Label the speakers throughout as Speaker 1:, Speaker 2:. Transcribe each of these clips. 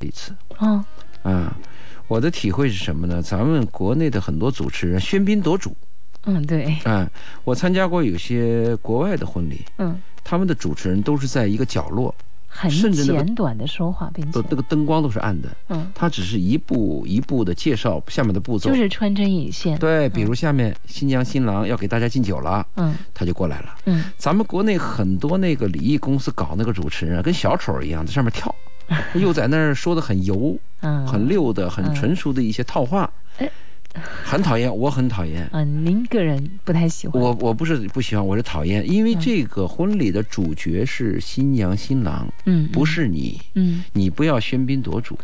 Speaker 1: 一次。
Speaker 2: 哦，
Speaker 1: 啊，我的体会是什么呢？咱们国内的很多主持人喧宾夺主
Speaker 2: 嗯，对，
Speaker 1: 啊。我参加过有些国外的婚礼，
Speaker 2: 嗯，
Speaker 1: 他们的主持人都是在一个角落，
Speaker 2: 很
Speaker 1: 甚至那个呃
Speaker 2: 简短的说话，并且
Speaker 1: 都，那个灯光都是暗的，
Speaker 2: 嗯，
Speaker 1: 他只是一步一步的介绍下面的步骤。
Speaker 2: 就是穿针引线，，
Speaker 1: 对，比如下面新娘新郎要给大家敬酒了，
Speaker 2: 嗯
Speaker 1: 他就过来了。
Speaker 2: 嗯，
Speaker 1: 咱们国内很多那个礼仪公司搞那个主持人啊，跟小丑一样在上面跳，又在那儿说的很油、
Speaker 2: 嗯，
Speaker 1: 很溜的、很
Speaker 2: 嗯
Speaker 1: 纯熟的一些套话，
Speaker 2: 哎
Speaker 1: 很讨厌，我很讨厌。
Speaker 2: 嗯，您个人不太喜欢，
Speaker 1: 我我不是不喜欢，我是讨厌，因
Speaker 2: 嗯
Speaker 1: 为这个婚礼的主角是新娘新郎，
Speaker 2: 嗯，嗯
Speaker 1: 不，是你，
Speaker 2: 嗯，
Speaker 1: 你不要喧宾夺主。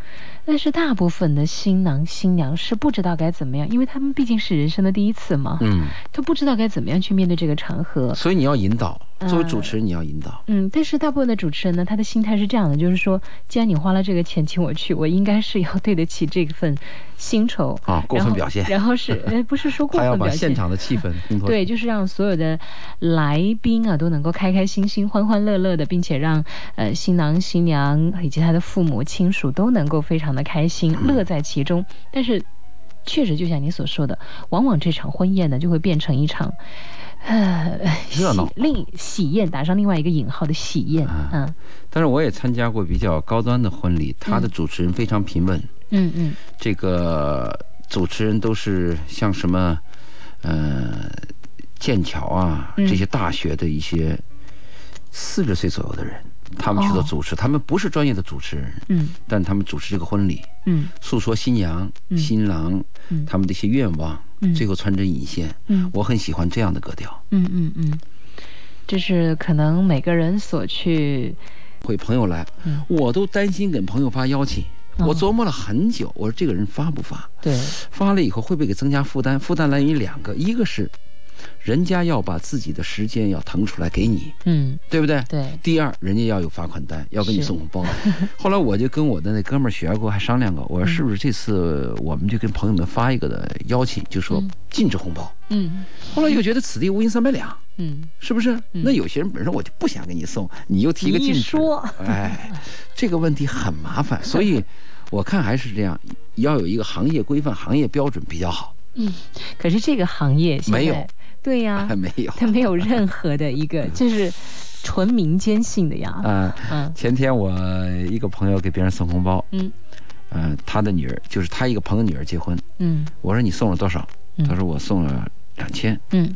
Speaker 2: 但是大部分的新郎新娘是不知道该怎么样，因为他们毕竟是人生的第一次嘛，
Speaker 1: 嗯，
Speaker 2: 他不知道该怎么样去面对这个场合。
Speaker 1: 所以你要引导，作为
Speaker 2: 嗯
Speaker 1: 主持人你要引导。
Speaker 2: 嗯，但是大部分的主持人呢，他的心态是这样的，就是说，既然你花了这个钱请我去，我应该是要对得起这份薪酬
Speaker 1: 啊过
Speaker 2: 然
Speaker 1: 分
Speaker 2: 后
Speaker 1: 表现
Speaker 2: 然后是，呃，不是说过
Speaker 1: 他要
Speaker 2: 分
Speaker 1: 把
Speaker 2: 表
Speaker 1: 现
Speaker 2: 现，
Speaker 1: 场的气氛烘托。
Speaker 2: 对，，就是让所有的来宾啊都能够开开心心、欢欢乐乐的，并且让呃新郎新娘以及他的父母亲属都能够非常的开心，
Speaker 1: 嗯
Speaker 2: 乐在其中。但是，确实就像你所说的，往往这场婚宴呢就会变成一场。呃，喜
Speaker 1: 热闹
Speaker 2: 另喜宴打上另外一个引号的喜宴，
Speaker 1: 啊
Speaker 2: 嗯
Speaker 1: 但是我也参加过比较高端的婚礼，他的
Speaker 2: 嗯
Speaker 1: 主持人非常平稳，
Speaker 2: 嗯嗯
Speaker 1: 这个主持人都是像什么，呃，剑桥啊
Speaker 2: 嗯
Speaker 1: 这些大学的一些四十岁左右的人，他们去做
Speaker 2: 哦
Speaker 1: 主持，他们不是专业的主持人，
Speaker 2: 嗯
Speaker 1: 但他们主持这个婚礼，
Speaker 2: 嗯
Speaker 1: 诉说新娘、
Speaker 2: 嗯
Speaker 1: 新郎
Speaker 2: 嗯
Speaker 1: 他们的一些愿望，
Speaker 2: 嗯
Speaker 1: 最后穿针引线，
Speaker 2: 嗯
Speaker 1: 我很喜欢这样的格调。
Speaker 2: 嗯嗯嗯，这是可能每个人所去，
Speaker 1: 会朋友来，
Speaker 2: 嗯
Speaker 1: 我都担心给朋友发邀请。
Speaker 2: 哦
Speaker 1: 我琢磨了很久，我说这个人发不发？
Speaker 2: 对，
Speaker 1: 发了以后会不会给增加负担？负担来源于两个，一个是人家要把自己的时间要腾出来给你，
Speaker 2: 嗯
Speaker 1: 对不对？
Speaker 2: 对，
Speaker 1: 第二，人家要有罚款单，要给你
Speaker 2: 是
Speaker 1: 送红 包。后来我就跟我的那哥们儿学过，还商量过，我说
Speaker 2: 嗯
Speaker 1: 是不是这次我们就跟朋友们发一个的邀请，就说
Speaker 2: 嗯
Speaker 1: 禁止红包。
Speaker 2: 嗯
Speaker 1: 后来又觉得此地无银三百两，
Speaker 2: 嗯，
Speaker 1: 是不是？
Speaker 2: 嗯
Speaker 1: 那有些人本身我就不想给你送，你又提个
Speaker 2: 你一
Speaker 1: 禁止，
Speaker 2: 说
Speaker 1: 哎，这个问题很麻烦，所以我看还是这样，要有一个行业规范、行业标准比较好。
Speaker 2: 嗯，可是这个行业现在
Speaker 1: 没有，
Speaker 2: 对 呀、
Speaker 1: 还没有
Speaker 2: 它没有任何的 一个，就是纯民间性的呀，
Speaker 1: 啊、
Speaker 2: 嗯
Speaker 1: 前天我一个朋友给别人送红包，
Speaker 2: 嗯
Speaker 1: 嗯、他的女儿就是他一个朋友女儿结婚，
Speaker 2: 嗯
Speaker 1: 我说你送了多少？
Speaker 2: 嗯
Speaker 1: 他说我送了两千。
Speaker 2: 嗯，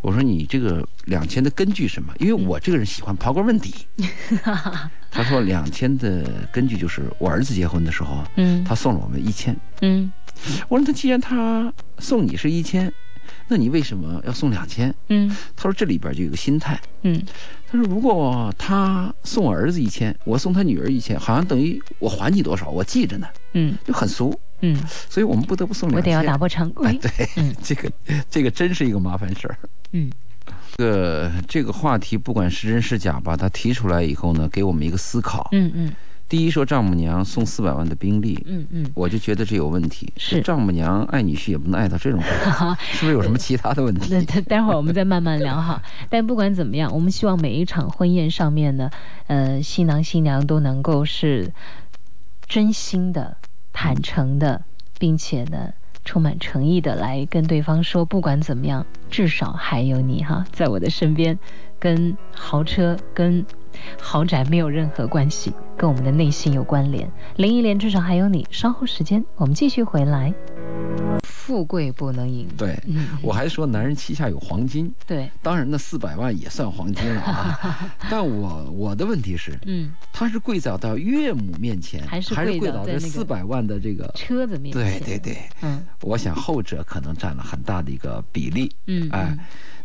Speaker 1: 我说你这个两千的根据什么？因为我这个人喜欢刨根问底。
Speaker 2: 哈哈，
Speaker 1: 他说两千的根据就是我儿子结婚的时候，
Speaker 2: 嗯
Speaker 1: 他送了我们一千。
Speaker 2: 嗯
Speaker 1: 我说他既然他送你是一千，那你为什么要送两千？
Speaker 2: 嗯
Speaker 1: 他说这里边就有个心态。
Speaker 2: 嗯，
Speaker 1: 他说如果他送我儿子一千，我送他女儿一千，好像等于我还你多少，我记着呢，
Speaker 2: 嗯
Speaker 1: 就很俗。
Speaker 2: 嗯，
Speaker 1: 所以我们不得不送两
Speaker 2: 我
Speaker 1: 千。
Speaker 2: 得要打破常
Speaker 1: 哎
Speaker 2: 规，
Speaker 1: 对，
Speaker 2: 嗯
Speaker 1: 这个这个真是一个麻烦事儿。
Speaker 2: 嗯
Speaker 1: 这个这个话题不管是真是假吧，他提出来以后呢，给我们一个思考。
Speaker 2: 嗯嗯
Speaker 1: 第一，说丈母娘送四百万的宾利，
Speaker 2: 嗯嗯，
Speaker 1: 我就觉得这有问题。
Speaker 2: 是啊
Speaker 1: 这丈母娘爱女婿也不能爱到这种程度，
Speaker 2: 哈哈。
Speaker 1: 是不是有什么其他的问
Speaker 2: 那
Speaker 1: 题？
Speaker 2: 待待会儿我们再慢慢聊哈。但不管怎么样，我们希望每一场婚宴上面呢，呃，新郎新娘都能够是真心的、坦诚的，并且呢。充满诚意的来跟对方说，不管怎么样，至少还有你哈，在我的身边，跟豪车、跟豪宅没有任何关系，跟我们的内心有关联。林忆莲至少还有你，稍后时间我们继续回来。富贵不能淫，
Speaker 1: 对，
Speaker 2: 嗯，
Speaker 1: 我还说男人膝下有黄金，
Speaker 2: 对，
Speaker 1: 当然那四百万也算黄金了 啊。但我我的问题是，
Speaker 2: 嗯，
Speaker 1: 他是跪倒到岳母面前，还
Speaker 2: 还是
Speaker 1: 跪
Speaker 2: 跪
Speaker 1: 倒
Speaker 2: 倒
Speaker 1: 在
Speaker 2: 在那个
Speaker 1: 四百万的这个？
Speaker 2: 车子面
Speaker 1: 对
Speaker 2: 前，
Speaker 1: 对，对。
Speaker 2: 嗯
Speaker 1: 我想后者可能占了很大的一个比例。
Speaker 2: 嗯，
Speaker 1: 哎，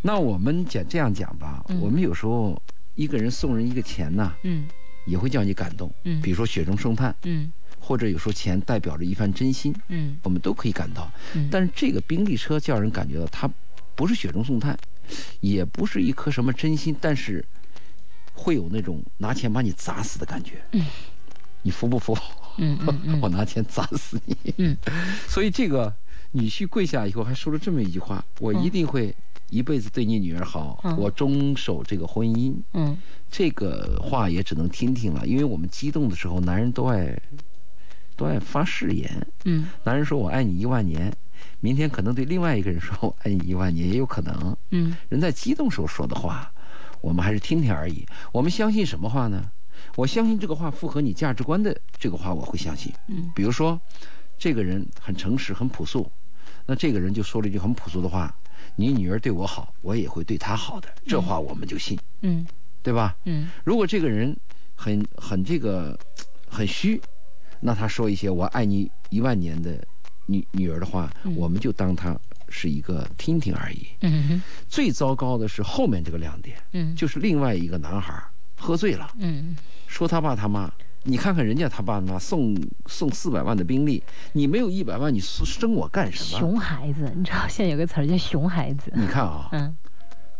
Speaker 1: 那我们讲这样讲吧，
Speaker 2: 嗯
Speaker 1: 我们有时候一个人送人一个钱呐，
Speaker 2: 嗯
Speaker 1: 也会叫你感动。
Speaker 2: 嗯
Speaker 1: 比如说雪中送炭，
Speaker 2: 嗯
Speaker 1: 或者有时候钱代表着一番真心，
Speaker 2: 嗯
Speaker 1: 我们都可以感到。
Speaker 2: 嗯，
Speaker 1: 但是这个宾利车叫人感觉到它不是雪中送炭，也不是一颗什么真心，但是会有那种拿钱把你砸死的感觉。
Speaker 2: 嗯
Speaker 1: 你服不服？
Speaker 2: 嗯嗯嗯
Speaker 1: 我拿钱砸死你。
Speaker 2: 嗯
Speaker 1: 所以这个女婿跪下以后还说了这么一句话：“我一定会一辈子对你女儿好，
Speaker 2: 嗯
Speaker 1: 我终守这个婚姻。
Speaker 2: 嗯
Speaker 1: 这个话也只能听听了，因为我们激动的时候，男人都爱都爱发誓言。
Speaker 2: 嗯
Speaker 1: 男人说我爱你一万年，明天可能对另外一个人说我爱你一万年，也有可能。
Speaker 2: 嗯
Speaker 1: 人在激动时候说的话，我们还是听听而已。我们相信什么话呢？我相信这个话符合你价值观的这个话，我会相信。
Speaker 2: 嗯
Speaker 1: 比如说，这个人很诚实、很朴素，那这个人就说了一句很朴素的话：“你女儿对我好，我也会对她好的。”这话我们就信，
Speaker 2: 嗯
Speaker 1: 对吧？
Speaker 2: 嗯
Speaker 1: 如果这个人很很这个很虚，那他说一些“我爱你一万年”的女女儿的话，
Speaker 2: 嗯
Speaker 1: 我们就当他是一个听听而已。
Speaker 2: 嗯
Speaker 1: 最糟糕的是后面这个亮点，
Speaker 2: 嗯
Speaker 1: 就是另外一个男孩儿喝醉了，
Speaker 2: 嗯
Speaker 1: 说他爸他妈。你看看人家他爸妈送送四百万的宾利，你没有一百万，你生我干什么？
Speaker 2: 熊孩子，你知道现在有个词儿叫熊孩子，
Speaker 1: 你看啊，
Speaker 2: 嗯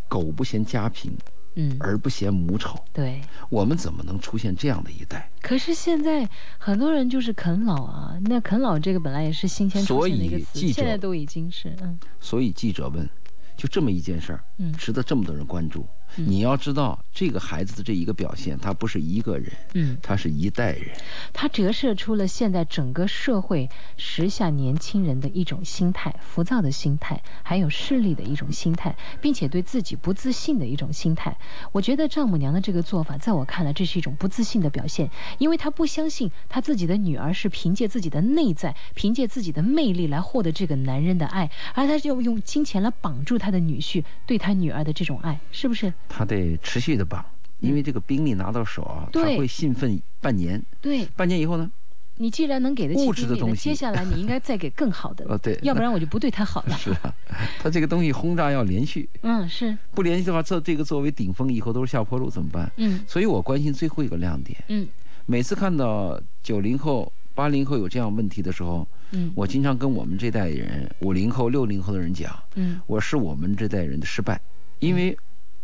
Speaker 1: 狗不嫌家贫，
Speaker 2: 嗯，
Speaker 1: 儿不嫌母丑，
Speaker 2: 对。
Speaker 1: 我们怎么能出现这样的一代？
Speaker 2: 可是现在很多人就是啃老啊，那啃老这个本来也是新鲜出现的一个
Speaker 1: 所以
Speaker 2: 词，
Speaker 1: 记者
Speaker 2: 现在都已经是嗯
Speaker 1: 所以记者问，就这么一件事儿，
Speaker 2: 嗯
Speaker 1: 值得这么多人关注。
Speaker 2: 嗯
Speaker 1: 你要知道，这个孩子的这一个表现，他不是一个人，
Speaker 2: 嗯，
Speaker 1: 他是一代人。
Speaker 2: 它折射出了现在整个社会时下年轻人的一种心态，浮躁的心态，还有势利的一种心态，并且对自己不自信的一种心态。我觉得丈母娘的这个做法，在我看来，这是一种不自信的表现，因为她不相信她自己的女儿是凭借自己的内在，凭借自己的魅力来获得这个男人的爱，而她就用金钱来绑住她的女婿对她女儿的这种爱，是不是？
Speaker 1: 他得持续的绑，因为这个宾利拿到手啊，他
Speaker 2: 嗯对
Speaker 1: 会兴奋半年，
Speaker 2: 对
Speaker 1: 半年以后呢，
Speaker 2: 你既然能给得起
Speaker 1: 物质的
Speaker 2: 精力了
Speaker 1: 东西
Speaker 2: 接下来你应该再给更好的，
Speaker 1: 呃，对，
Speaker 2: 要不然我就不对他好了。
Speaker 1: 是啊， 他这个东西轰炸要连续，
Speaker 2: 嗯，是，
Speaker 1: 不连续的话，这这个作为顶峰以后都是下坡路，怎么办？
Speaker 2: 嗯
Speaker 1: 所以我关心最后一个亮点，
Speaker 2: 嗯
Speaker 1: 每次看到九零后、八零后有这样问题的时候，
Speaker 2: 嗯
Speaker 1: 我经常跟我们这代人，五零后、六零后的人讲，
Speaker 2: 嗯
Speaker 1: 我是我们这代人的失败，因为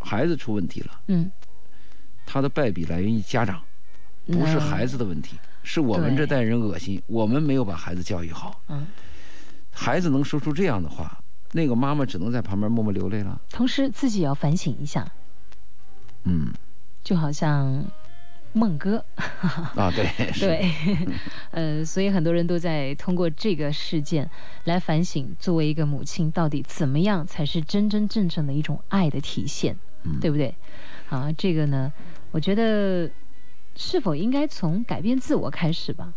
Speaker 1: 孩子出问题了，
Speaker 2: 嗯，
Speaker 1: 他的败笔来源于家长，
Speaker 2: 嗯
Speaker 1: 不是孩子的问题，是我们这代人恶心，我们没有把孩子教育好，
Speaker 2: 那。嗯，
Speaker 1: 孩子能说出这样的话，那个妈妈只能在旁边默默流泪了。
Speaker 2: 同时自己也要反省一下，
Speaker 1: 嗯，
Speaker 2: 就好像孟哥，
Speaker 1: 啊，对，是，
Speaker 2: 对， 呃，所以很多人都在通过这个事件来反省，作为一个母亲，到底怎么样才是真真正正的一种爱的体现，
Speaker 1: 嗯
Speaker 2: 对不对？啊，这个呢，我觉得是否应该从改变自我开始吧？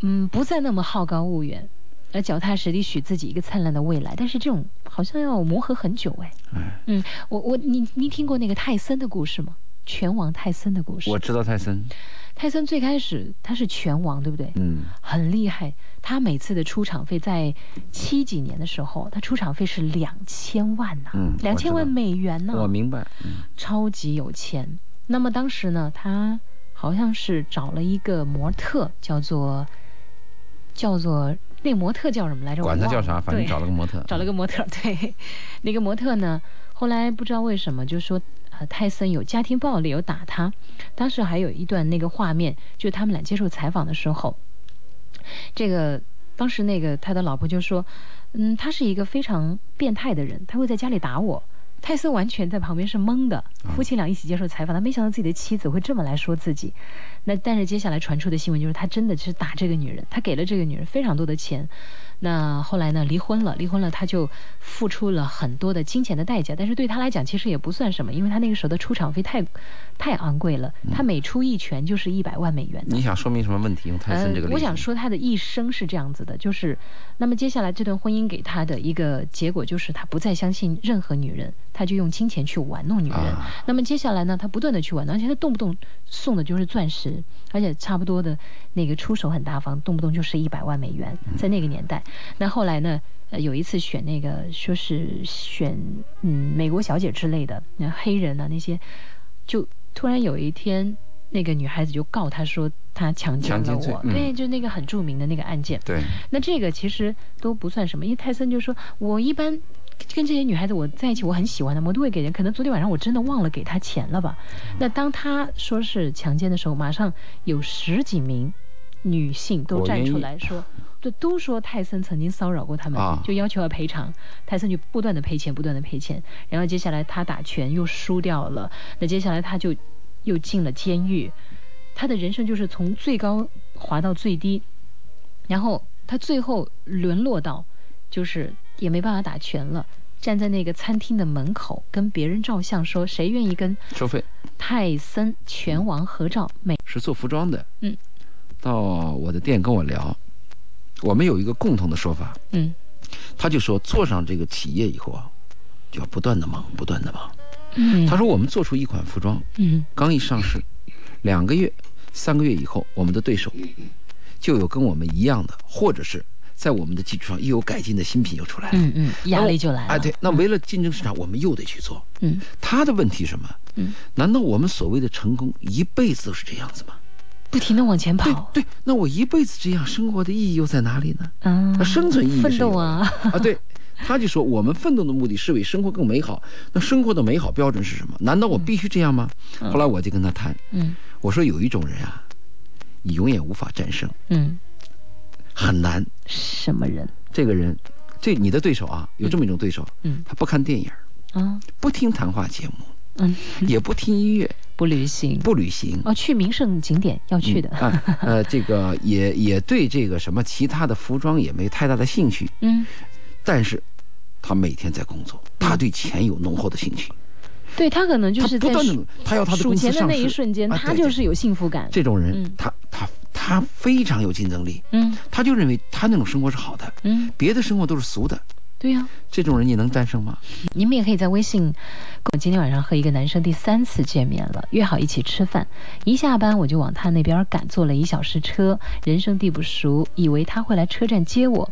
Speaker 2: 嗯，不再那么好高骛远，而脚踏实地许自己一个灿烂的未来。但是这种好像要磨合很久哎。
Speaker 1: 哎，
Speaker 2: 嗯，我我你您听过那个泰森的故事吗？拳王泰森的故事。
Speaker 1: 我知道泰森，
Speaker 2: 泰森最开始他是拳王，对不对？
Speaker 1: 嗯，
Speaker 2: 很厉害，他每次的出场费在七几年的时候，他出场费是两千万呐、
Speaker 1: 嗯
Speaker 2: 两千
Speaker 1: 我知道
Speaker 2: 万美元呐、
Speaker 1: 我明白，嗯
Speaker 2: 超级有钱。那么当时呢，他好像是找了一个模特，叫做叫做那模特叫什么来着？
Speaker 1: 管他
Speaker 2: 我忘
Speaker 1: 叫
Speaker 2: 了
Speaker 1: 啥，反正
Speaker 2: 对
Speaker 1: 找了个模特，
Speaker 2: 找了个模特儿，对，那个模特呢，后来不知道为什么就说，呃，泰森有家庭暴力，有打他。当时还有一段那个画面，就是他们俩接受采访的时候，这个当时那个他的老婆就说，嗯，他是一个非常变态的人，他会在家里打我。泰森完全在旁边是懵的，夫妻俩一起接受采访，他没想到自己的妻子会这么来说自己。那但是接下来传出的新闻就是他真的是打这个女人，他给了这个女人非常多的钱。那后来呢，离婚了，离婚了，他就付出了很多的金钱的代价，但是对他来讲其实也不算什么，因为他那个时候的出场费太太昂贵了，他每出一拳就是一百万美元。
Speaker 1: 你想说明什么问题？用泰森这个例
Speaker 2: 呃，
Speaker 1: 子，
Speaker 2: 我想，说他的一生是这样子的，就是，那么接下来这段婚姻给他的一个结果就是他不再相信任何女人，他就用金钱去玩弄女人。
Speaker 1: 啊
Speaker 2: 那么接下来呢，他不断的去玩弄，而且他动不动送的就是钻石，而且差不多的那个出手很大方，动不动就是一百万美元，
Speaker 1: 嗯
Speaker 2: 在那个年代。那后来呢？呃，有一次选那个，说是选嗯美国小姐之类的，那黑人啊那些，就突然有一天，那个女孩子就告他说他强奸了
Speaker 1: 强奸罪
Speaker 2: 我，
Speaker 1: 嗯
Speaker 2: 对，就那个很著名的那个案件。
Speaker 1: 对，
Speaker 2: 那这个其实都不算什么，因为泰森就说，我一般跟这些女孩子我在一起，我很喜欢她们，我都会给人。可能昨天晚上我真的忘了给她钱了吧？
Speaker 1: 嗯
Speaker 2: 那当他说是强奸的时候，马上有十几名女性都
Speaker 1: 我
Speaker 2: 站
Speaker 1: 愿
Speaker 2: 出
Speaker 1: 意
Speaker 2: 来说，都都说泰森曾经骚扰过他们，
Speaker 1: 啊
Speaker 2: 就要求要赔偿。泰森就不断的赔钱，不断的赔钱。然后接下来他打拳又输掉了，那接下来他就又进了监狱。他的人生就是从最高滑到最低，然后他最后沦落到，就是也没办法打拳了，站在那个餐厅的门口跟别人照相，说谁愿意跟
Speaker 1: 收费
Speaker 2: 泰森拳王合照？每
Speaker 1: 是做服装的，
Speaker 2: 嗯，
Speaker 1: 到我的店跟我聊，我们有一个共同的说法，
Speaker 2: 嗯
Speaker 1: 他就说做上这个企业以后啊，就要不断的忙，不断的忙。
Speaker 2: 嗯，
Speaker 1: 他说我们做出一款服装，
Speaker 2: 嗯
Speaker 1: 刚一上市，两个月、三个月以后，我们的对手就有跟我们一样的，或者是在我们的基础上又有改进的新品又出来了，
Speaker 2: 嗯嗯，压力就来了。
Speaker 1: 哎，对，那为了竞争市场，我们又得去做。
Speaker 2: 嗯
Speaker 1: 他的问题是什么？
Speaker 2: 嗯，
Speaker 1: 难道我们所谓的成功一辈子都是这样子吗？
Speaker 2: 不停的往前
Speaker 1: 对
Speaker 2: 跑，
Speaker 1: 对，那我一辈子这样生活的意义又在哪里呢？
Speaker 2: 啊，
Speaker 1: 他生存意义
Speaker 2: 奋
Speaker 1: 是有
Speaker 2: 斗
Speaker 1: 的
Speaker 2: 啊，
Speaker 1: 啊， 对，他就说我们奋斗的目的是为生活更美好。那生活的美好标准是什么？难道我必须这样吗？
Speaker 2: 嗯
Speaker 1: 后来我就跟他谈，
Speaker 2: 嗯
Speaker 1: 我说有一种人啊，你永远无法战胜，
Speaker 2: 嗯，
Speaker 1: 很难。
Speaker 2: 什么人？
Speaker 1: 这个人，这你的对手啊，有这么一种对手，
Speaker 2: 嗯
Speaker 1: 他不看电影，
Speaker 2: 啊
Speaker 1: 不听谈话节目，
Speaker 2: 嗯，
Speaker 1: 也不听音乐，
Speaker 2: 不旅行，
Speaker 1: 不旅行。
Speaker 2: 哦，去名胜景点要去的，
Speaker 1: 啊，呃，这个也也对这个什么其他的服装也没太大的兴趣，
Speaker 2: 嗯，
Speaker 1: 但是，他每天在工作，他对钱有浓厚的兴趣，
Speaker 2: 对他可能就是
Speaker 1: 他不
Speaker 2: 在
Speaker 1: 断
Speaker 2: 数
Speaker 1: 的，他要他的
Speaker 2: 数
Speaker 1: 公司
Speaker 2: 钱
Speaker 1: 上市
Speaker 2: 的那一瞬间，
Speaker 1: 啊
Speaker 2: 他
Speaker 1: 对对
Speaker 2: 就是有幸福感。
Speaker 1: 这种人，
Speaker 2: 嗯
Speaker 1: 他他他非常有竞争力，
Speaker 2: 嗯
Speaker 1: 他就认为他那种生活是好的，
Speaker 2: 嗯，
Speaker 1: 别的生活都是俗的，
Speaker 2: 对呀、
Speaker 1: 这种人你能战胜吗？
Speaker 2: 你们也可以在微信。我今天晚上和一个男生第三次见面了，约好一起吃饭。一下班我就往他那边赶，坐了一小时车，人生地不熟，以为他会来车站接我，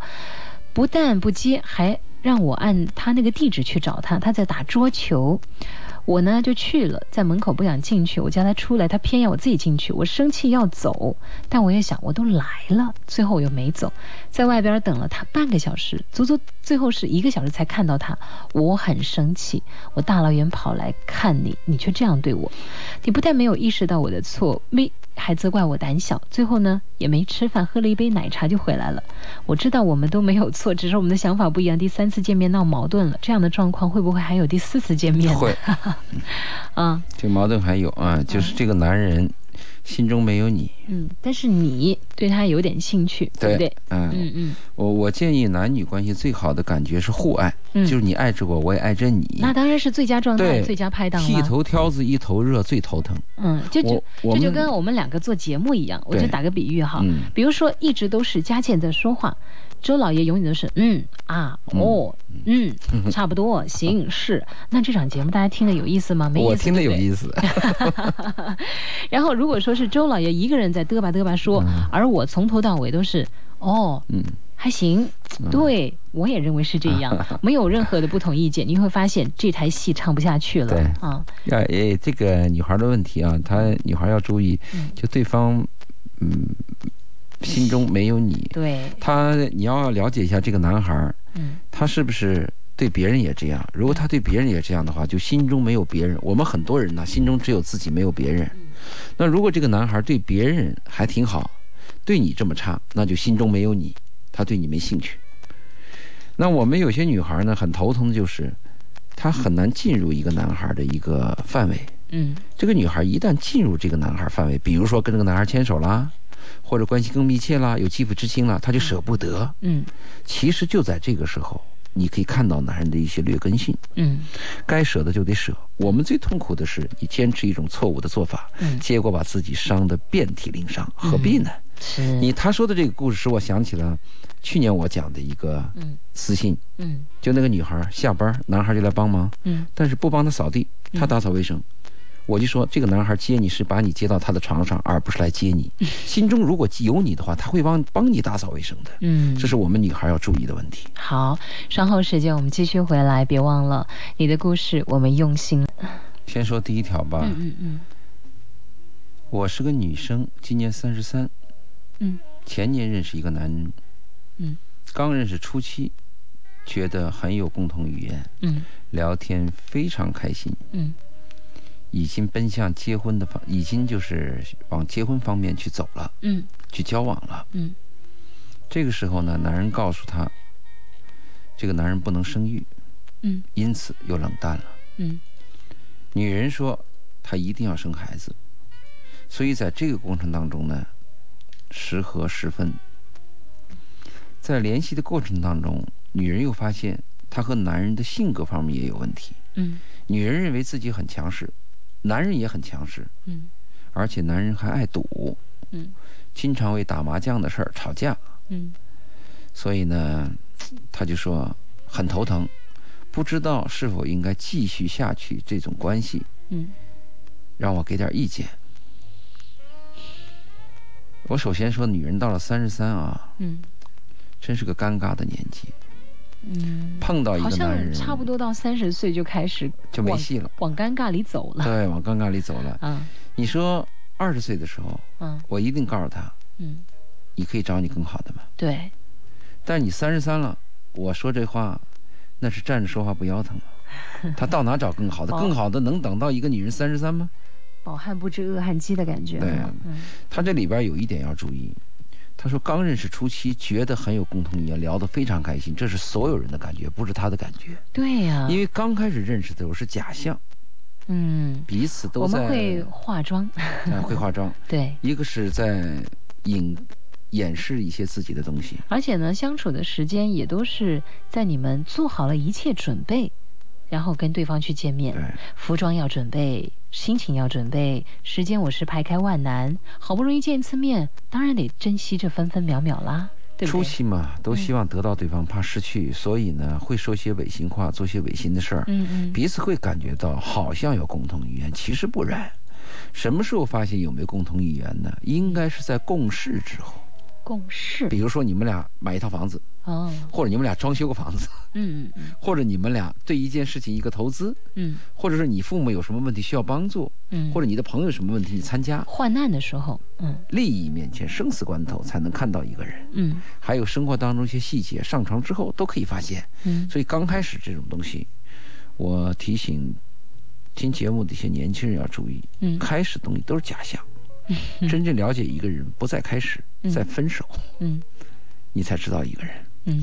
Speaker 2: 不但不接，还让我按他那个地址去找他。他在打桌球，我呢就去了，在门口不想进去，我叫他出来，他偏要我自己进去，我生气要走，但我也想我都来了，最后我又没走，在外边等了他半个小时，足足最后是一个小时才看到他，我很生气，我大老远跑来看你，你却这样对我，你不但没有意识到我的错，没还责怪我胆小，最后呢也没吃饭，喝了一杯奶茶就回来了。我知道我们都没有错，只是我们的想法不一样。第三次见面闹矛盾了，这样的状况会不会还有第四次见面呢？
Speaker 1: 会，
Speaker 2: 啊，
Speaker 1: 这矛盾还有啊，就是这个男人心中没有你，
Speaker 2: 嗯，但是你对他有点兴趣，对不对？
Speaker 1: 嗯，
Speaker 2: 嗯嗯，
Speaker 1: 我我建议男女关系最好的感觉是互爱，
Speaker 2: 嗯
Speaker 1: 就是你爱着我，我也爱着你。
Speaker 2: 那当然是最佳状态、
Speaker 1: 对，
Speaker 2: 最佳拍档
Speaker 1: 剃
Speaker 2: 了。
Speaker 1: 头挑子一头热最头疼。
Speaker 2: 嗯，就就
Speaker 1: 我我
Speaker 2: 这就
Speaker 1: 们
Speaker 2: 跟我们两个做节目一样，我
Speaker 1: 对
Speaker 2: 就打个比喻哈，
Speaker 1: 嗯
Speaker 2: 比如说一直都是佳倩在说话，周老爷永远都是嗯啊哦嗯差不 多行是，那这场节目大家听得有意思吗？没意思，
Speaker 1: 我听得有
Speaker 2: 思。
Speaker 1: 意思，
Speaker 2: 然后如果说是周老爷一个人在嘚吧嘚吧说，而我从头到尾都是哦
Speaker 1: 嗯，
Speaker 2: 还行，对我也认为是这样， 没有任何的不同意见，你会发现这台戏唱不下去了
Speaker 1: 对
Speaker 2: 啊，
Speaker 1: 要诶，哎这个女孩的问题啊，她女孩要注意，就对方，嗯，心中没有你，
Speaker 2: 对，
Speaker 1: 她你要了解一下这个男孩，
Speaker 2: 嗯
Speaker 1: 他是不是对别人也这样？如果他对别人也这样的话，就心中没有别人。我们很多人呢，心中只有自己，没有别人。那如果这个男孩对别人还挺好，对你这么差，那就心中没有你，他对你没兴趣。那我们有些女孩呢，很头疼的就是，她很难进入一个男孩的一个范围。
Speaker 2: 嗯
Speaker 1: 这个女孩一旦进入这个男孩范围，比如说跟这个男孩牵手啦，或者关系更密切啦，有肌肤之亲啦，她就舍不得。
Speaker 2: 嗯
Speaker 1: 其实就在这个时候，你可以看到男人的一些劣根性，
Speaker 2: 嗯
Speaker 1: 该舍的就得舍。我们最痛苦的是你坚持一种错误的做法，
Speaker 2: 嗯，
Speaker 1: 结果把自己伤得遍体鳞伤，何必呢？
Speaker 2: 是，
Speaker 1: 你他说的这个故事使我想起了去年我讲的一个
Speaker 2: 嗯
Speaker 1: 私信，
Speaker 2: 嗯
Speaker 1: 就那个女孩下班，男孩就来帮忙，
Speaker 2: 嗯
Speaker 1: 但是不帮她扫地，她打扫卫生。我就说，这个男孩接你是把你接到他的床上，而不是来接你。心中如果有你的话，他会帮帮你打扫卫生的。
Speaker 2: 嗯，
Speaker 1: 这是我们女孩要注意的问题。
Speaker 2: 好，稍后时间我们继续回来，别忘了你的故事，我们用心。
Speaker 1: 先说第一条吧。
Speaker 2: 嗯嗯嗯
Speaker 1: 我是个女生，今年三十三，
Speaker 2: 嗯
Speaker 1: 前年认识一个男人，
Speaker 2: 嗯
Speaker 1: 刚认识初期，觉得很有共同语言，
Speaker 2: 嗯
Speaker 1: 聊天非常开心，
Speaker 2: 嗯
Speaker 1: 已经奔向结婚的方，已经就是往结婚方面去走了，
Speaker 2: 嗯
Speaker 1: 去交往了。
Speaker 2: 嗯
Speaker 1: 这个时候呢，男人告诉她，这个男人不能生育，
Speaker 2: 嗯
Speaker 1: 因此又冷淡了。
Speaker 2: 嗯
Speaker 1: 女人说她一定要生孩子，所以在这个过程当中呢，时合时分，在联系的过程当中，女人又发现她和男人的性格方面也有问题。
Speaker 2: 嗯
Speaker 1: 女人认为自己很强势，男人也很强势，
Speaker 2: 嗯
Speaker 1: 而且男人还爱赌，
Speaker 2: 嗯
Speaker 1: 经常为打麻将的事儿吵架。
Speaker 2: 嗯
Speaker 1: 所以呢，她就说很头疼，不知道是否应该继续下去这种关系，
Speaker 2: 嗯
Speaker 1: 让我给点意见。我首先说，女人到了三十三啊，
Speaker 2: 嗯
Speaker 1: 真是个尴尬的年纪，
Speaker 2: 嗯，
Speaker 1: 碰到一
Speaker 2: 好
Speaker 1: 个男
Speaker 2: 像
Speaker 1: 人
Speaker 2: 差不多到三十岁就开始
Speaker 1: 就没
Speaker 2: 往
Speaker 1: 戏了，
Speaker 2: 往尴尬里走了。
Speaker 1: 对，往尴尬里走了。
Speaker 2: 啊
Speaker 1: 你说二十岁的时候，
Speaker 2: 嗯
Speaker 1: 我一定告诉他，
Speaker 2: 嗯，
Speaker 1: 你可以找你更好的嘛。
Speaker 2: 对，
Speaker 1: 但你三十三了，我说这话，那是站着说话不腰疼啊。他到哪找更好的？
Speaker 2: 哦
Speaker 1: 更好的能等到一个女人三十三吗？
Speaker 2: 饱汉不知饿汉饥的感觉。
Speaker 1: 对啊
Speaker 2: 嗯嗯
Speaker 1: 他这里边有一点要注意，他说刚认识初期觉得很有共同语言，聊得非常开心，这是所有人的感觉，不是他的感觉，
Speaker 2: 对呀，
Speaker 1: 因为刚开始认识的时候是假象，
Speaker 2: 嗯，
Speaker 1: 彼此都
Speaker 2: 我
Speaker 1: 在
Speaker 2: 们会化妆。
Speaker 1: 哎会化妆，
Speaker 2: 对，
Speaker 1: 一个是在隐掩饰一些自己的东西，
Speaker 2: 而且呢，相处的时间也都是在你们做好了一切准备，然后跟对方去见
Speaker 1: 对
Speaker 2: 面。服装要准备，心情要准备，时间我是排开万难，好不容易见一次面，当然得珍惜这分分秒秒啦，对嗯不
Speaker 1: 初
Speaker 2: 对？
Speaker 1: 期嘛都希望得到对方，怕失去，所以呢会说些违心话，做些违心的事儿，
Speaker 2: 嗯嗯，
Speaker 1: 彼此会感觉到好像有共同语言，其实不然。什么时候发现有没有共同语言呢？应该是在共事之后。
Speaker 2: 共事
Speaker 1: 比如说你们俩买一套房子，
Speaker 2: 哦，
Speaker 1: 或者你们俩装修个房子，
Speaker 2: 嗯嗯
Speaker 1: 或者你们俩对一件事情一个投资，
Speaker 2: 嗯
Speaker 1: 或者是你父母有什么问题需要帮助，
Speaker 2: 嗯，
Speaker 1: 或者你的朋友有什么问题你参加。
Speaker 2: 患难的时候，嗯
Speaker 1: 利益面前，生死关头才能看到一个人，
Speaker 2: 嗯
Speaker 1: 还有生活当中一些细节，上床之后都可以发现。
Speaker 2: 嗯，
Speaker 1: 所以刚开始这种东西，我提醒听节目的一些年轻人要注意，
Speaker 2: 嗯
Speaker 1: 开始东西都是假象，真正了解一个人不在开始，
Speaker 2: 嗯
Speaker 1: 在分手，
Speaker 2: 嗯
Speaker 1: 你才知道一个人。
Speaker 2: 嗯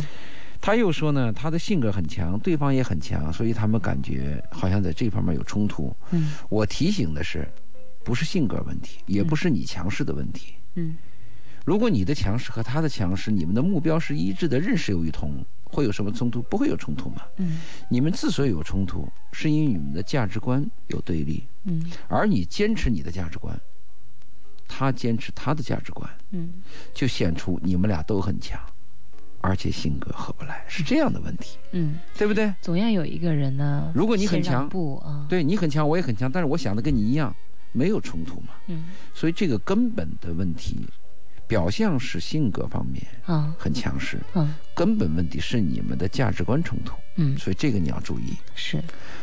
Speaker 1: 他又说呢，他的性格很强，对方也很强，所以他们感觉好像在这方面有冲突。
Speaker 2: 嗯
Speaker 1: 我提醒的是，不是性格问题，也不是你强势的问题。
Speaker 2: 嗯
Speaker 1: 如果你的强势和他的强势，你们的目标是一致的，认识有一同，会有什么冲突？不会有冲突嘛？
Speaker 2: 嗯
Speaker 1: 你们之所以有冲突，是因为你们的价值观有对立，
Speaker 2: 嗯
Speaker 1: 而你坚持你的价值观，他坚持他的价值观，
Speaker 2: 嗯
Speaker 1: 就显出你们俩都很强，而且性格合不来，是这样的问题，
Speaker 2: 嗯，
Speaker 1: 对不对？
Speaker 2: 总要有一个人呢，
Speaker 1: 如果你很
Speaker 2: 先让
Speaker 1: 强
Speaker 2: 步啊，，
Speaker 1: 对你很强，我也很强，但是我想的跟你一样，没有冲突嘛。
Speaker 2: 嗯
Speaker 1: 所以这个根本的问题，表象是性格方面
Speaker 2: 啊
Speaker 1: 很强势，
Speaker 2: 嗯
Speaker 1: 根本问题是你们的价值观冲突。
Speaker 2: 嗯
Speaker 1: 所以这个你要注意。
Speaker 2: 是，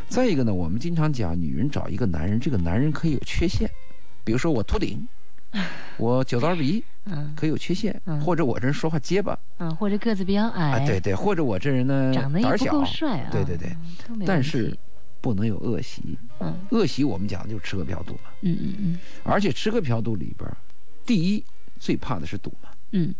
Speaker 1: 再一个呢，我们经常讲，女人找一个男人，这个男人可以有缺陷，比如说我秃顶，
Speaker 2: 啊
Speaker 1: 我酒糟鼻，
Speaker 2: 嗯
Speaker 1: 可以有缺陷，
Speaker 2: 嗯
Speaker 1: 或者我这人说话结巴
Speaker 2: 嗯，或者个子比较
Speaker 1: 啊，
Speaker 2: 矮，
Speaker 1: 对，对，或者我这人呢
Speaker 2: 长得
Speaker 1: 胆
Speaker 2: 也
Speaker 1: 儿
Speaker 2: 不
Speaker 1: 小
Speaker 2: 够，帅啊，
Speaker 1: 对对对
Speaker 2: 嗯，都没
Speaker 1: 但
Speaker 2: 问
Speaker 1: 是
Speaker 2: 题
Speaker 1: 不能有恶习。
Speaker 2: 嗯
Speaker 1: 恶习我们讲的就是吃喝嫖赌嘛。
Speaker 2: 嗯嗯嗯
Speaker 1: 而且吃喝嫖赌里边儿，第一最怕的是赌嘛。
Speaker 2: 嗯，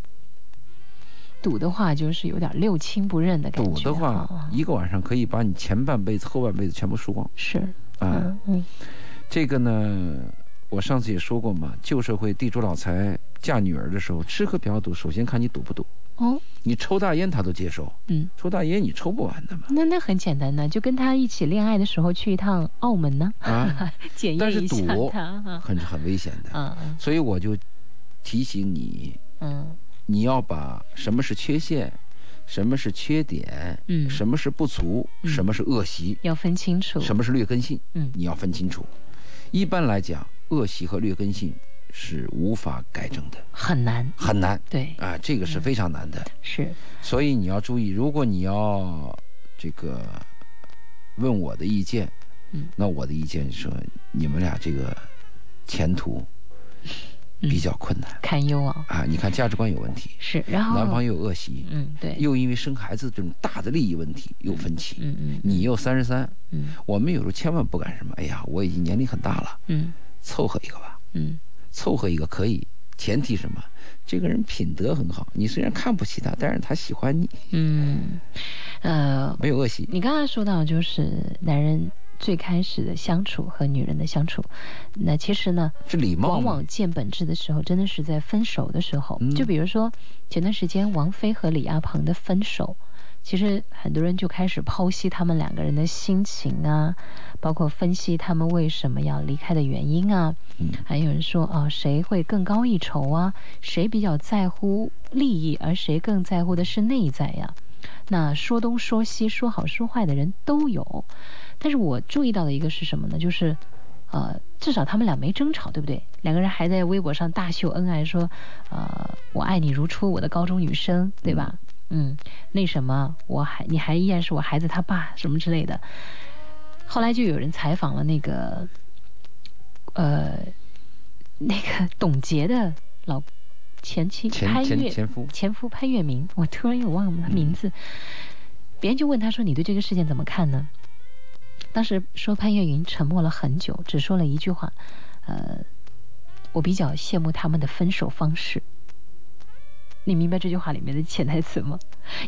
Speaker 2: 赌的话就是有点六亲不认的感觉，
Speaker 1: 赌的话
Speaker 2: 啊，
Speaker 1: 一个晚上可以把你前半辈子、后半辈子全部输光
Speaker 2: 是，
Speaker 1: 啊、
Speaker 2: 嗯嗯
Speaker 1: 这个呢，我上次也说过嘛，旧社会地主老财嫁女儿的时候，吃喝嫖赌，首先看你赌不赌。
Speaker 2: 哦
Speaker 1: 你抽大烟他都接受，
Speaker 2: 嗯。
Speaker 1: 抽大烟你抽不完的嘛。
Speaker 2: 那那很简单呢，就跟他一起恋爱的时候去一趟澳门呢，
Speaker 1: 啊
Speaker 2: 检
Speaker 1: 但
Speaker 2: 验
Speaker 1: 是
Speaker 2: 一下
Speaker 1: 赌
Speaker 2: 他啊，
Speaker 1: 很很危险的。
Speaker 2: 嗯
Speaker 1: 所以我就提醒你，
Speaker 2: 嗯
Speaker 1: 你要把什么是缺陷，什么是缺点，
Speaker 2: 嗯，
Speaker 1: 什么是不足，
Speaker 2: 嗯
Speaker 1: 什么是恶习，
Speaker 2: 要分清楚，
Speaker 1: 什么是劣根性。
Speaker 2: 嗯
Speaker 1: 你要分清楚。一般来讲，恶习和劣根性是无法改正的，
Speaker 2: 很难，
Speaker 1: 很难
Speaker 2: 对，
Speaker 1: 啊，这个是非常难的。
Speaker 2: 是，
Speaker 1: 所以你要注意，如果你要这个问我的意见，
Speaker 2: 嗯
Speaker 1: 那我的意见是说，你们俩这个前途
Speaker 2: 嗯
Speaker 1: 比较困难、
Speaker 2: 堪忧啊，
Speaker 1: 啊。你看价值观有问题，
Speaker 2: 是，然后
Speaker 1: 男方又有恶习，
Speaker 2: 哦嗯对，
Speaker 1: 又因为生孩子这种大的利益问题有分歧。
Speaker 2: 嗯嗯
Speaker 1: 你又三十三，
Speaker 2: 嗯
Speaker 1: 我们有时候千万不敢什么，哎呀，我已经年龄很大了，
Speaker 2: 嗯
Speaker 1: 凑合一个吧。
Speaker 2: 嗯
Speaker 1: 凑合一个可以，前提什么？这个人品德很好，你虽然看不起他，但是他喜欢你，
Speaker 2: 嗯，呃，
Speaker 1: 没有恶习。
Speaker 2: 嗯你刚才说到就是男人最开始的相处和女人的相处，那其实呢，
Speaker 1: 这礼貌
Speaker 2: 往
Speaker 1: 嘛
Speaker 2: 往见本质的时候，真的是在分手的时候。
Speaker 1: 嗯
Speaker 2: 就比如说前段时间王菲和李亚鹏的分手，其实很多人就开始剖析他们两个人的心情啊，包括分析他们为什么要离开的原因啊。
Speaker 1: 嗯
Speaker 2: 还有人说啊、谁会更高一筹啊？谁比较在乎利益，而谁更在乎的是内在呀、那说东说西，说好说坏的人都有。但是我注意到的一个是什么呢？就是，呃，至少他们俩没争吵，对不对？两个人还在微博上大秀恩爱，说，呃，我爱你如初，我的高中女生，对吧？嗯，那什么，我还你还依然是我孩子他爸什么之类的。后来就有人采访了那个，呃，那个董洁的老前妻
Speaker 1: 前
Speaker 2: 潘
Speaker 1: 前
Speaker 2: 越
Speaker 1: 前夫嗯
Speaker 2: 前夫潘粤明，我突然又忘了他名字。别人就问他说：“你对这个事件怎么看呢？”当时说潘越云沉默了很久，只说了一句话：“呃，我比较羡慕他们的分手方式。”你明白这句话里面的潜台词吗？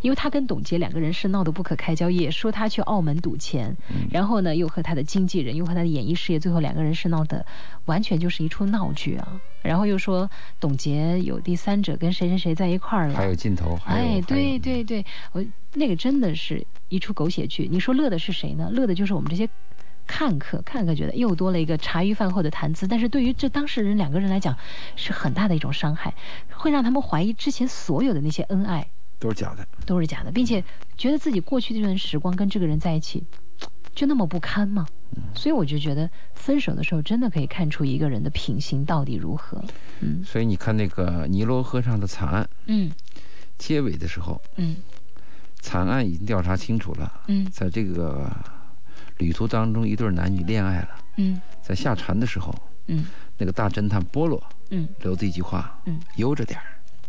Speaker 2: 因为他跟董洁两个人是闹得不可开交，也说他去澳门赌钱，
Speaker 1: 嗯
Speaker 2: 然后呢又和他的经纪人，又和他的演艺事业，最后两个人是闹得完全就是一出闹剧啊。然后又说董洁有第三者跟谁谁谁在一块儿了，
Speaker 1: 还有尽头，还有还
Speaker 2: 哎
Speaker 1: 有，
Speaker 2: 对对对，我那个真的是一出狗血剧。你说乐的是谁呢？乐的就是我们这些看客，看客觉得又多了一个茶余饭后的谈资，但是对于这当事人两个人来讲，是很大的一种伤害，会让他们怀疑之前所有的那些恩爱
Speaker 1: 都是假的。
Speaker 2: 都是假的，并且觉得自己过去这段时光跟这个人在一起，就那么不堪吗？所以我就觉得分手的时候真的可以看出一个人的品行到底如何。嗯
Speaker 1: 所以你看那个尼罗河上的惨案，
Speaker 2: 嗯
Speaker 1: 结尾的时候，
Speaker 2: 嗯
Speaker 1: 惨案已经调查清楚了，
Speaker 2: 嗯
Speaker 1: 在这个旅途当中，一对男女恋爱了，
Speaker 2: 嗯
Speaker 1: 在下船的时候，
Speaker 2: 嗯
Speaker 1: 那个大侦探波洛
Speaker 2: 嗯
Speaker 1: 留的一句话
Speaker 2: 嗯，：“
Speaker 1: 悠着点儿。”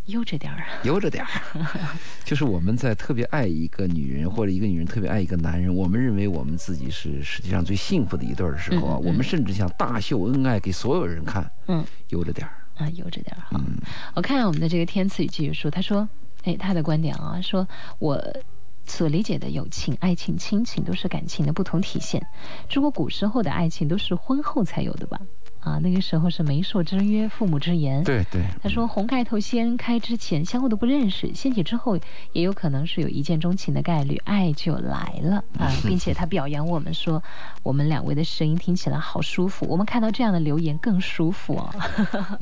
Speaker 2: 悠着点儿啊。
Speaker 1: 悠着点儿， 就是我们在特别爱一个女人，或者一个女人特别爱一个男人，我们认为我们自己是世界上最幸福的一对儿的时候啊，
Speaker 2: 嗯嗯嗯
Speaker 1: 我们甚至想大秀恩爱给所有人看，
Speaker 2: 嗯
Speaker 1: 悠着点儿。
Speaker 2: 啊，悠着点儿哈。
Speaker 1: 嗯，
Speaker 2: 我看我们的这个天赐与技术书，他说，哎，他的观点啊，说我。所理解的友情、爱情、亲情都是感情的不同体现。中国古时候的爱情都是婚后才有的吧？啊，那个时候是媒妁之约、父母之言。
Speaker 1: 对对，
Speaker 2: 他说：“红盖头先开之前，相互都不认识，掀起之后，也有可能是有一见钟情的概率，爱就来了啊！并且他表扬我们说，我们两位的声音听起来好舒服，我们看到这样的留言更舒服啊！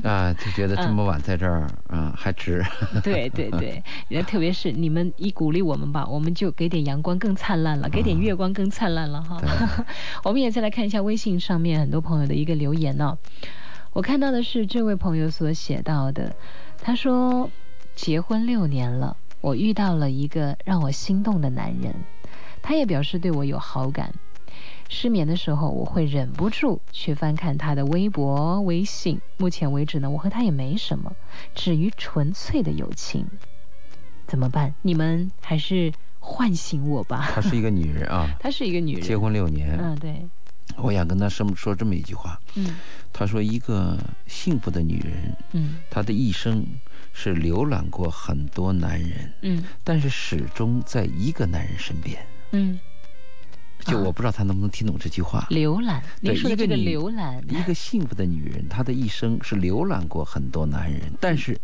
Speaker 1: 啊，就觉得这么晚在这儿
Speaker 2: 嗯
Speaker 1: 啊，还值。
Speaker 2: 对对对，也特别是你们一鼓励我们吧，我们就给点阳光更灿烂了，给点月光更灿烂了哈。 我们也再来看一下微信上面很多朋友的一个留言呢、我看到的是这位朋友所写到的，他说结婚六年了，我遇到了一个让我心动的男人，他也表示对我有好感。失眠的时候，我会忍不住去翻看他的微博、微信。目前为止呢，我和他也没什么，止于纯粹的友情。怎么办？你们还是唤醒我吧。
Speaker 1: 她是一个女人啊，
Speaker 2: 她是一 个女人，
Speaker 1: 结婚六年，
Speaker 2: 嗯，对，
Speaker 1: 我想跟她这么说这么一句话，
Speaker 2: 嗯
Speaker 1: 她说一个幸福的女人，
Speaker 2: 嗯
Speaker 1: 她的一生是浏览过很多男人，
Speaker 2: 嗯
Speaker 1: 但是始终在一个男人身边。
Speaker 2: 嗯，啊
Speaker 1: 就我不知道他能不能听懂这句话。
Speaker 2: 浏览，
Speaker 1: 对
Speaker 2: 您说的这个
Speaker 1: 一个女
Speaker 2: 浏览，
Speaker 1: 一个幸福的女人，她的一生是浏览过很多男人，但是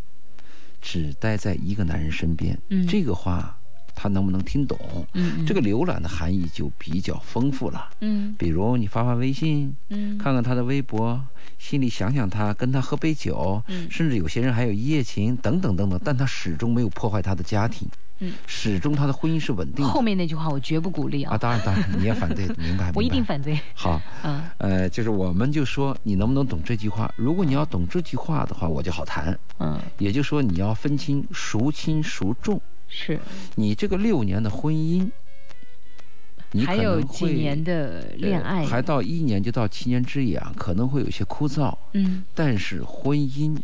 Speaker 1: 只待在一个男人身边。
Speaker 2: 嗯
Speaker 1: 这个话她能不能听懂？
Speaker 2: 嗯嗯
Speaker 1: 这个浏览的含义就比较丰富了。
Speaker 2: 嗯
Speaker 1: 比如你发发微信，
Speaker 2: 嗯
Speaker 1: 看看她的微博，心里想想她，跟她喝杯酒，
Speaker 2: 嗯
Speaker 1: 甚至有些人还有一夜情等等等等，但她始终没有破坏她的家庭，
Speaker 2: 嗯，
Speaker 1: 始终她的婚姻是稳定
Speaker 2: 后
Speaker 1: 的。
Speaker 2: 面那句话我绝不鼓励
Speaker 1: 啊，
Speaker 2: 啊，
Speaker 1: 当然当然，你也反对，明白？
Speaker 2: 我一
Speaker 1: 明白
Speaker 2: 定反对。
Speaker 1: 好，
Speaker 2: 嗯
Speaker 1: 呃，就是我们就说你能不能懂这句话？如果你要懂这句话的话，我就好谈。
Speaker 2: 嗯，
Speaker 1: 也就是说，你要分清孰轻孰重。
Speaker 2: 是，
Speaker 1: 你这个六年的婚姻，你
Speaker 2: 还
Speaker 1: 可
Speaker 2: 有
Speaker 1: 能
Speaker 2: 几
Speaker 1: 会
Speaker 2: 年的恋
Speaker 1: 呃
Speaker 2: 爱，
Speaker 1: 还到一年就到七年之痒，可能会有些枯燥。
Speaker 2: 嗯
Speaker 1: 但是婚姻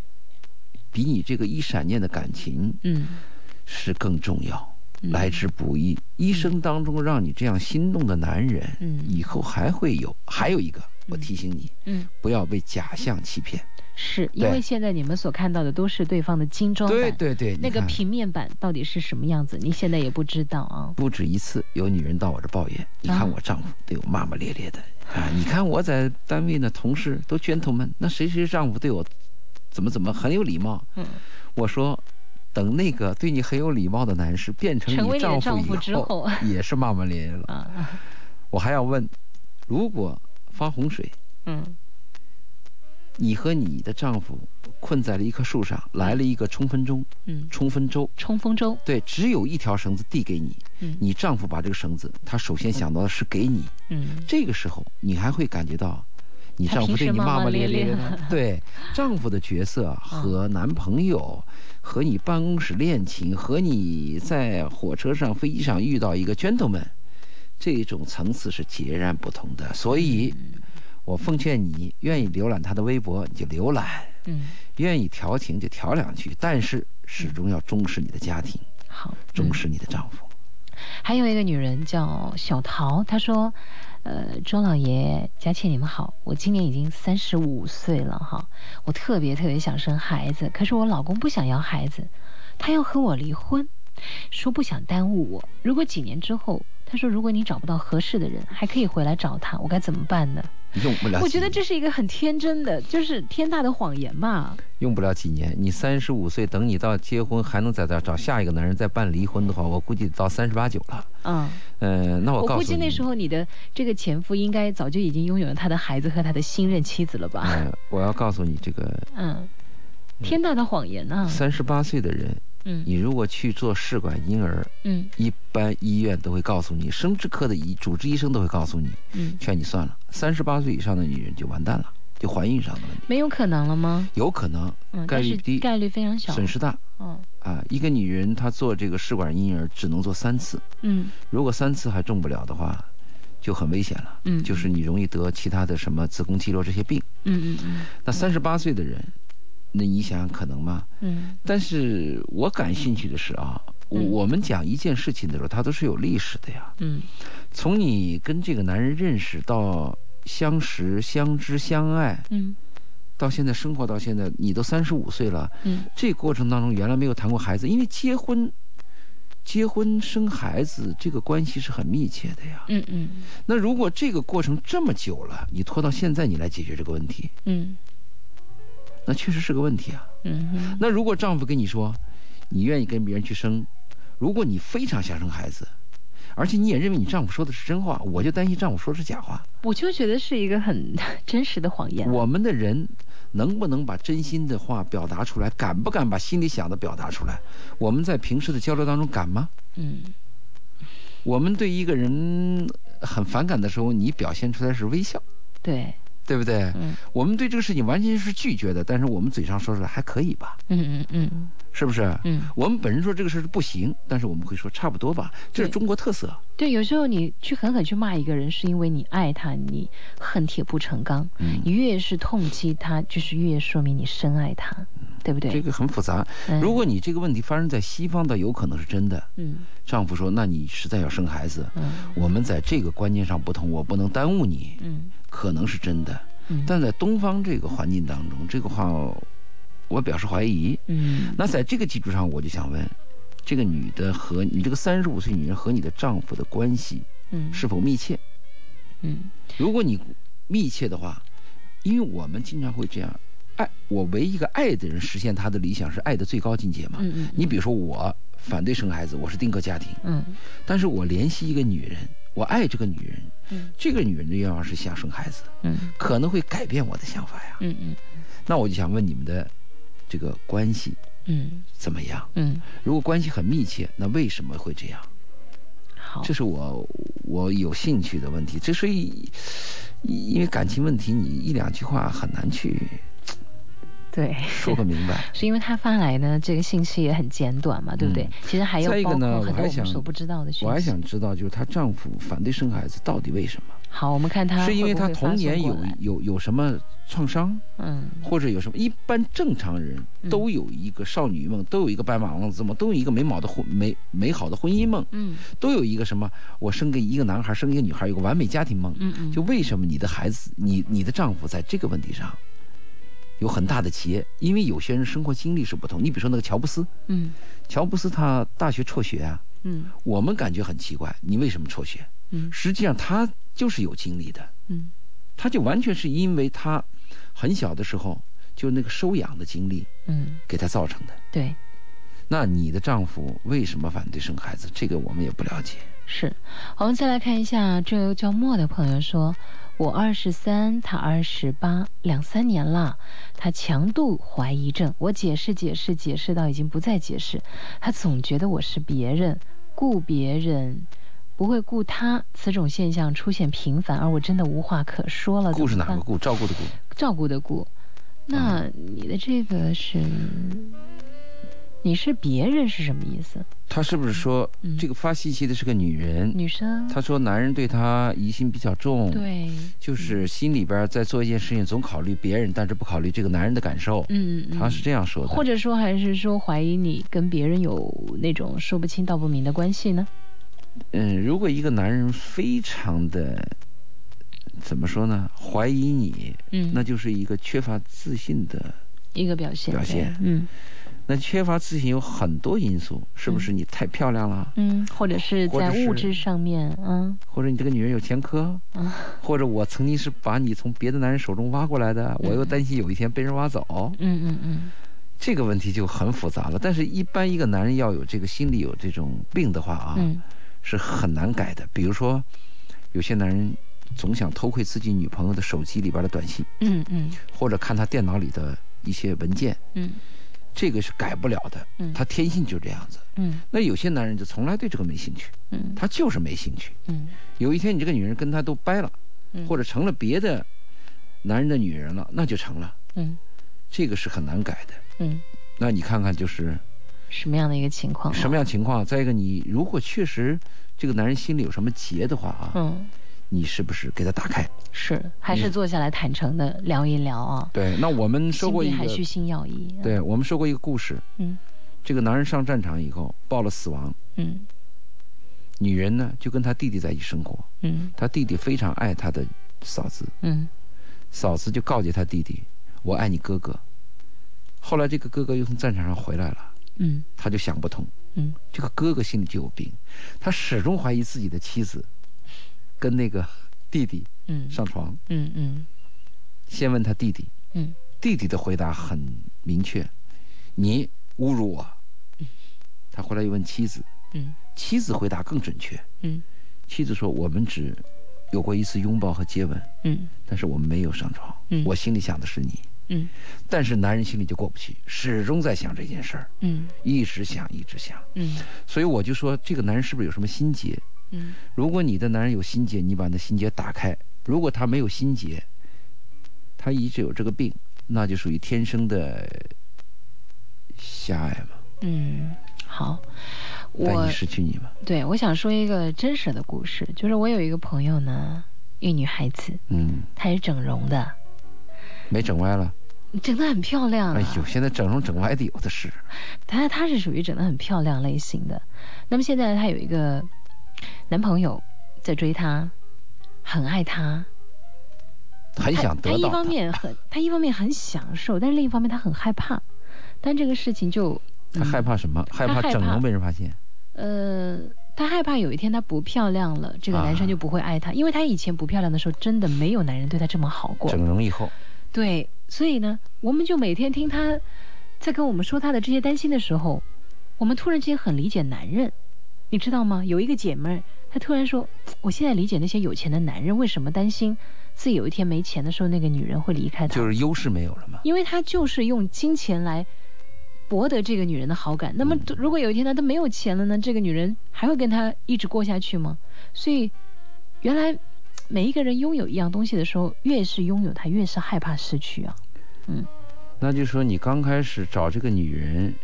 Speaker 1: 比你这个一闪念的感情
Speaker 2: 嗯
Speaker 1: 是更重要，
Speaker 2: 嗯
Speaker 1: 来之不易。一生当中让你这样心动的男人，
Speaker 2: 嗯
Speaker 1: 以后还会有。还有一个，我提醒你，
Speaker 2: 嗯，
Speaker 1: 不要被假象欺骗。
Speaker 2: 是因
Speaker 1: 对
Speaker 2: 为现在你们所看到的都是对方的精装版，
Speaker 1: 对对对，
Speaker 2: 那
Speaker 1: 你
Speaker 2: 个
Speaker 1: 看
Speaker 2: 平面版到底是什么样子，你现在也不知道啊。
Speaker 1: 不止一次有女人到我这抱怨，你看我丈夫对我骂骂咧咧的啊，你看我在单位呢，同事都 gentleman，那谁谁丈夫对我怎么怎么很有礼貌。
Speaker 2: 嗯，
Speaker 1: 我说，等那个对你很有礼貌的男士变成
Speaker 2: 成为你的
Speaker 1: 丈
Speaker 2: 丈夫
Speaker 1: 以
Speaker 2: 之 后
Speaker 1: 也是骂骂咧咧了。
Speaker 2: 啊，
Speaker 1: 我还要问，如果发洪水，
Speaker 2: 嗯，
Speaker 1: 你和你的丈夫困在了一棵树上，来了一个冲锋舟，
Speaker 2: 嗯，
Speaker 1: 冲锋舟，
Speaker 2: 冲锋舟，
Speaker 1: 对，只有一条绳子递给你，
Speaker 2: 嗯
Speaker 1: 你丈夫把这个绳子，他首先想到的是给你，
Speaker 2: 嗯，
Speaker 1: 这个时候你还会感觉到。你
Speaker 2: 他
Speaker 1: 丈夫
Speaker 2: 平时
Speaker 1: 对你
Speaker 2: 骂
Speaker 1: 骂
Speaker 2: 骂
Speaker 1: 骂咧咧
Speaker 2: 咧咧
Speaker 1: 的，对丈夫的角色和男朋友、和你办公室恋情、和你在火车上、飞机上遇到一个 gentleman，这种层次是截然不同的。所以，
Speaker 2: 嗯
Speaker 1: 我奉劝你，愿意浏览他的微博你就浏览，
Speaker 2: 嗯，
Speaker 1: 愿意调情就调两句，但是始终要重视你的家庭，
Speaker 2: 好，嗯
Speaker 1: 重视你的丈夫。
Speaker 2: 还有一个女人叫小桃，她说：“呃，周老爷、佳倩，你们好，我今年已经三十五岁了哈，我特别特别想生孩子，可是我老公不想要孩子，他要和我离婚，说不想耽误我。如果几年之后，他说如果你找不到合适的人，还可以回来找他，我该怎么办呢？
Speaker 1: 用不了几年，
Speaker 2: 我觉得这是一个很天真的，就是天大的谎言吧。
Speaker 1: 用不了几年。你三十五岁，等你到结婚还能在这儿找下一个男人再办离婚的话，我估计到三十八九了。
Speaker 2: 嗯，
Speaker 1: 嗯、那我
Speaker 2: 我
Speaker 1: 告诉你，
Speaker 2: 估计那时候你的这个前夫应该早就已经拥有了他的孩子和他的新任妻子了吧？
Speaker 1: 呃我要告诉你，这个
Speaker 2: 嗯，天大的谎言啊呐、
Speaker 1: 三十八岁的人，
Speaker 2: 嗯
Speaker 1: 你如果去做试管婴儿，
Speaker 2: 嗯
Speaker 1: 一般医院都会告诉你，生殖科的医主治医生都会告诉你，
Speaker 2: 嗯，
Speaker 1: 劝你算了。三十八岁以上的女人就完蛋了，就怀孕上的问题，
Speaker 2: 没有可能了吗？
Speaker 1: 有可能
Speaker 2: 嗯，
Speaker 1: 概
Speaker 2: 但
Speaker 1: 率
Speaker 2: 是
Speaker 1: 低，
Speaker 2: 概率非常小。
Speaker 1: 损失大。
Speaker 2: 嗯
Speaker 1: 啊，一个女人她做这个试管婴儿只能做三次，
Speaker 2: 嗯
Speaker 1: 如果三次还中不了的话，就很危险了。
Speaker 2: 嗯
Speaker 1: 就是你容易得其他的什么子宫肌瘤这些病。
Speaker 2: 嗯嗯嗯
Speaker 1: 那三十八岁的人，那你想想可能吗？
Speaker 2: 嗯
Speaker 1: 但是我感兴趣的是啊，我
Speaker 2: 嗯
Speaker 1: 我们讲一件事情的时候，它都是有历史的呀。
Speaker 2: 嗯
Speaker 1: 从你跟这个男人认识到相识、相知、相爱，
Speaker 2: 嗯
Speaker 1: 到现在生活到现在，你都三十五岁了，
Speaker 2: 嗯
Speaker 1: 这过程当中原来没有谈过孩子，因为结婚、结婚生孩子这个关系是很密切的呀。
Speaker 2: 嗯嗯
Speaker 1: 那如果这个过程这么久了，你拖到现在你来解决这个问题，
Speaker 2: 嗯
Speaker 1: 那确实是个问题啊。
Speaker 2: 嗯
Speaker 1: 那如果丈夫跟你说，你愿意跟别人去生，如果你非常想生孩子，而且你也认为你丈夫说的是真话，我就担心丈夫说的是假话。
Speaker 2: 我就觉得是一个很 真实的谎言。
Speaker 1: 我们的人能不能把真心的话表达出来，敢不敢把心里想的表达出来？我们在平时的交流当中敢吗？
Speaker 2: 嗯
Speaker 1: 我们对一个人很反感的时候，你表现出来是微笑，
Speaker 2: 对
Speaker 1: 对不对？
Speaker 2: 嗯
Speaker 1: 我们对这个事情完全是拒绝的，但是我们嘴上说出来还可以吧，
Speaker 2: 嗯嗯嗯
Speaker 1: 是不是？
Speaker 2: 嗯，
Speaker 1: 我们本人说这个事儿不行，但是我们会说差不多吧，这是
Speaker 2: 对
Speaker 1: 中国特色。
Speaker 2: 对，有时候你去狠狠去骂一个人，是因为你爱他，你恨铁不成钢。
Speaker 1: 嗯
Speaker 2: 你，越是痛击他，就是越说明你深爱他，对不对？
Speaker 1: 这个很复杂。
Speaker 2: 嗯
Speaker 1: 如果你这个问题发生在西方，倒有可能是真的。
Speaker 2: 嗯
Speaker 1: 丈夫说：“那你实在要生孩子，
Speaker 2: 嗯
Speaker 1: 我们在这个观念上不同，我不能耽误你。”
Speaker 2: 嗯
Speaker 1: 可能是真的，
Speaker 2: 嗯，
Speaker 1: 但在东方这个环境当中，这个话我表示怀疑。
Speaker 2: 嗯
Speaker 1: 那在这个基础上，我就想问，这个女的和你这个三十五岁女人和你的丈夫的关系
Speaker 2: 嗯
Speaker 1: 是否密切？
Speaker 2: 嗯
Speaker 1: 如果你密切的话，因为我们经常会这样，爱我为一个爱的人实现他的理想是爱的最高境界嘛。
Speaker 2: 嗯嗯
Speaker 1: 你比如说我反对生孩子，我是丁克家庭，
Speaker 2: 嗯
Speaker 1: 但是我怜惜一个女人，我爱这个女人，
Speaker 2: 嗯
Speaker 1: 这个女人的愿望是想生孩子，
Speaker 2: 嗯
Speaker 1: 可能会改变我的想法呀。
Speaker 2: 嗯
Speaker 1: 那我就想问你们的这个关系
Speaker 2: 嗯
Speaker 1: 怎么样？
Speaker 2: 嗯，
Speaker 1: 如果关系很密切，那为什么会这样？
Speaker 2: 好
Speaker 1: 这，是我我有兴趣的问题。之所以，因为感情问题，你一两句话很难 去
Speaker 2: 对，。
Speaker 1: 说个明白
Speaker 2: 是因为他发来呢，这个信息也很简短嘛，对不对
Speaker 1: 嗯？
Speaker 2: 其实还有
Speaker 1: 再一
Speaker 2: 包
Speaker 1: 个呢，
Speaker 2: 括
Speaker 1: 我
Speaker 2: 很多
Speaker 1: 还
Speaker 2: 我
Speaker 1: 想
Speaker 2: 们所不知道的讯息。
Speaker 1: 我还想知道，就是她丈夫反对生孩子到底为什么？
Speaker 2: 好，我们看他
Speaker 1: 是因为
Speaker 2: 会不
Speaker 1: 她
Speaker 2: 会
Speaker 1: 童
Speaker 2: 发送
Speaker 1: 年
Speaker 2: 过
Speaker 1: 有
Speaker 2: 来
Speaker 1: 有有什么创伤，
Speaker 2: 嗯
Speaker 1: 或者有什么？一般正常人
Speaker 2: 嗯
Speaker 1: 都有一个少女梦，都有一个白马王子梦，都有一个美好的婚美美好的婚姻梦，
Speaker 2: 嗯
Speaker 1: 都有一个什么？我生个一个男孩，生一个女孩，有个完美家庭梦。
Speaker 2: 嗯嗯，
Speaker 1: 就为什么你的孩子，你你的丈夫在这个问题上有很大的结，因为有些人生活经历是不同。你比如说那个乔布斯，
Speaker 2: 嗯
Speaker 1: 乔布斯他大学辍学啊，
Speaker 2: 嗯
Speaker 1: 我们感觉很奇怪，你为什么辍学？
Speaker 2: 嗯
Speaker 1: 实际上他就是有经历的，
Speaker 2: 嗯
Speaker 1: 他就完全是因为他很小的时候就那个收养的经历
Speaker 2: 嗯，
Speaker 1: 给他造成的。
Speaker 2: 对，
Speaker 1: 那你的丈夫为什么反对生孩子？这个我们也不了解。
Speaker 2: 是。好，我们再来看一下这位叫莫的朋友说。我二十三，他二十八，两三年了。他强度怀疑症，我解释解释解释到已经不再解释，他总觉得我是别人，顾别人，不会顾他。此种现象出现频繁，而我真的无话可说了。
Speaker 1: 顾是
Speaker 2: 呃怎么
Speaker 1: 哪个
Speaker 2: 办
Speaker 1: 顾？照顾的顾。嗯
Speaker 2: 照顾的顾。那你的这个是，你是别人是什么意思？
Speaker 1: 他是不是说、
Speaker 2: 嗯
Speaker 1: 这个发信息的是个女人？
Speaker 2: 女生？
Speaker 1: 他说男人对她疑心比较重，，
Speaker 2: 对，
Speaker 1: 就是心里边在做一件事情总考虑别人，但是不考虑这个男人的感受。
Speaker 2: 嗯嗯嗯，
Speaker 1: 他是这样说的。
Speaker 2: 或者说还是说怀疑你跟别人有那种说不清道不明的关系呢？
Speaker 1: 嗯，如果一个男人非常的怎么说呢，怀疑你，
Speaker 2: 嗯，
Speaker 1: 那就是一个缺乏自信的。
Speaker 2: 一个表现，
Speaker 1: 表现
Speaker 2: 对嗯
Speaker 1: 那缺乏自信有很多因素，是不是你太漂亮了，
Speaker 2: 嗯，或者是
Speaker 1: 或者
Speaker 2: 在物
Speaker 1: 是
Speaker 2: 质上面，嗯
Speaker 1: 或者你这个女人有前科，
Speaker 2: 嗯
Speaker 1: 或者我曾经是把你从别的男人手中挖过来的，我又担心有一天被人挖走，
Speaker 2: 嗯嗯嗯，
Speaker 1: 这个问题就很复杂了。但是，一般一个男人要有这个心理有这种病的话啊，
Speaker 2: 嗯
Speaker 1: 是很难改的。比如说，有些男人总想偷窥自己女朋友的手机里边的短信，
Speaker 2: 嗯嗯
Speaker 1: 或者看她电脑里的一些文件，
Speaker 2: 嗯
Speaker 1: 这个是改不了的
Speaker 2: 嗯，
Speaker 1: 他天性就这样子。
Speaker 2: 嗯
Speaker 1: 那有些男人就从来对这个没兴趣，
Speaker 2: 嗯
Speaker 1: 他就是没兴趣。
Speaker 2: 嗯
Speaker 1: 有一天你这个女人跟他都掰了，
Speaker 2: 嗯，
Speaker 1: 或者成了别的男人的女人了，那就成了，
Speaker 2: 嗯
Speaker 1: 这个是很难改的。
Speaker 2: 嗯
Speaker 1: 那你看看就是
Speaker 2: 什么样的一个情况？啊
Speaker 1: 什么？样情况？再一个，你如果确实这个男人心里有什么结的话啊，
Speaker 2: 嗯。
Speaker 1: 你是不是给他打开？
Speaker 2: 是，还是坐下来坦诚的聊一聊啊。
Speaker 1: 对，那我们说
Speaker 2: 心
Speaker 1: 过
Speaker 2: 里
Speaker 1: 一
Speaker 2: 还需
Speaker 1: 个，
Speaker 2: 心药医。，
Speaker 1: 对我们说过一个故事，
Speaker 2: 嗯
Speaker 1: 这个男人上战场以后报了死亡，
Speaker 2: 嗯
Speaker 1: 女人呢就跟他弟弟在一起生活，
Speaker 2: 嗯
Speaker 1: 他弟弟非常爱他的嫂子，
Speaker 2: 嗯
Speaker 1: 嫂子就告诫他弟弟：“我爱你哥哥。”后来这个哥哥又从战场上回来了，
Speaker 2: 嗯
Speaker 1: 他就想不通，
Speaker 2: 嗯
Speaker 1: 这个哥哥心里就有病，他始终怀疑自己的妻子跟那个弟弟
Speaker 2: 嗯
Speaker 1: 上床。
Speaker 2: 嗯嗯
Speaker 1: 先问他弟弟，
Speaker 2: 嗯
Speaker 1: 弟弟的回答很明确：“你侮辱我。”他回来又问妻子，
Speaker 2: 嗯
Speaker 1: 妻子回答更准确。
Speaker 2: 嗯
Speaker 1: 妻子说：“我们只有过一次拥抱和接吻，
Speaker 2: 嗯
Speaker 1: 但是我们没有上床。
Speaker 2: 嗯
Speaker 1: 我心里想的是你。”
Speaker 2: 嗯
Speaker 1: 但是男人心里就过不去，始终在想这件事儿，
Speaker 2: 嗯
Speaker 1: 一直想，一直想。
Speaker 2: 嗯
Speaker 1: 所以我就说，这个男人是不是有什么心结？
Speaker 2: 嗯
Speaker 1: 如果你的男人有心结，你把那心结打开；如果他没有心结，他一直有这个病，那就属于天生的狭隘嘛，
Speaker 2: 嗯，好，
Speaker 1: 带
Speaker 2: 我
Speaker 1: 你失去你嘛。
Speaker 2: 对我想说一个真实的故事，就是我有一个朋友呢，一女孩子，
Speaker 1: 嗯，
Speaker 2: 她是整容的，
Speaker 1: 没整歪了。
Speaker 2: 整得很漂亮、啊。
Speaker 1: 哎呦，现在整容整歪的有的是。
Speaker 2: 她她是属于整得很漂亮类型的。那么现在她有一个男朋友在追她，很爱她，
Speaker 1: 很想得
Speaker 2: 她一
Speaker 1: 到
Speaker 2: 方
Speaker 1: 他，
Speaker 2: 面很，她一方面很享受，但是另一方面她很害怕。但这个事情就，
Speaker 1: 他害怕什么？害
Speaker 2: 嗯他害
Speaker 1: 怕
Speaker 2: 怕
Speaker 1: 整容被人发现。
Speaker 2: 呃，她害怕有一天她不漂亮了，这个
Speaker 1: 啊
Speaker 2: 男生就不会爱她，因为她以前不漂亮的时候，真的没有男人对她这么好过。
Speaker 1: 整容以后，
Speaker 2: 对，所以呢，我们就每天听她在跟我们说她的这些担心的时候，我们突然之间很理解男人，你知道吗？有一个姐妹儿，她突然说，我现在理解那些有钱的男人为什么担心自己有一天没钱的时候，那个女人会离开他。
Speaker 1: 就是优势没有了嘛。
Speaker 2: 因为他就是用金钱来博得这个女人的好感。那么，
Speaker 1: 嗯
Speaker 2: 如果有一天呢，他没有钱了呢，这个女人还会跟他一直过下去吗？所以，原来每一个人拥有一样东西的时候，越是拥有它，越是害怕失去啊。
Speaker 1: 那就说你刚开始找这个女人，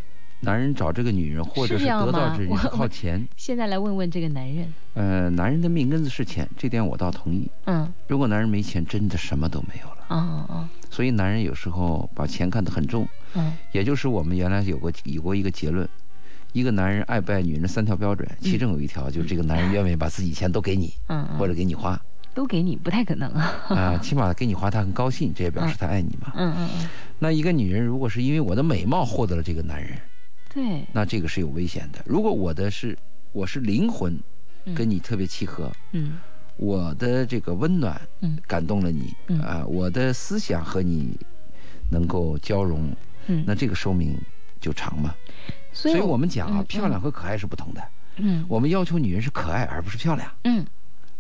Speaker 1: 男人找这个女人，或者
Speaker 2: 是
Speaker 1: 是
Speaker 2: 这样
Speaker 1: 得
Speaker 2: 吗
Speaker 1: 到这人
Speaker 2: 我
Speaker 1: 靠钱。
Speaker 2: 现在来问问这个男人，
Speaker 1: 呃，男人的命根子是钱，这点我倒同意。
Speaker 2: 嗯，
Speaker 1: 如果男人没钱，真的什么都没有了。
Speaker 2: 啊啊
Speaker 1: 所以男人有时候把钱看得很重，
Speaker 2: 啊，嗯
Speaker 1: 也就是我们原来有过有过一个结论。一个男人爱
Speaker 2: 嗯
Speaker 1: 不爱女人的三条标准，其中有一条就是这个男人愿不愿意把自己钱都给你，
Speaker 2: 嗯嗯，
Speaker 1: 或者给你花。
Speaker 2: 都给你，不太可能啊。
Speaker 1: 啊、起码给你花，他很高兴，这也表示他爱你嘛。
Speaker 2: 嗯嗯嗯，
Speaker 1: 那一个女人如果是因为我的美貌获得了这个男人，
Speaker 2: 对，
Speaker 1: 那这个是有危险的。如果我的是我是灵魂
Speaker 2: 嗯
Speaker 1: 跟你特别契合，
Speaker 2: 嗯
Speaker 1: 我的这个温暖
Speaker 2: 嗯
Speaker 1: 感动了你
Speaker 2: 嗯
Speaker 1: 啊、我的思想和你能够交融，
Speaker 2: 嗯，
Speaker 1: 那这个寿命就长嘛。
Speaker 2: 所
Speaker 1: 所以
Speaker 2: 以
Speaker 1: 我们讲啊，
Speaker 2: 嗯
Speaker 1: 漂亮和可爱是不同的。
Speaker 2: 嗯
Speaker 1: 我们要求女人是可爱，而不是漂亮。
Speaker 2: 嗯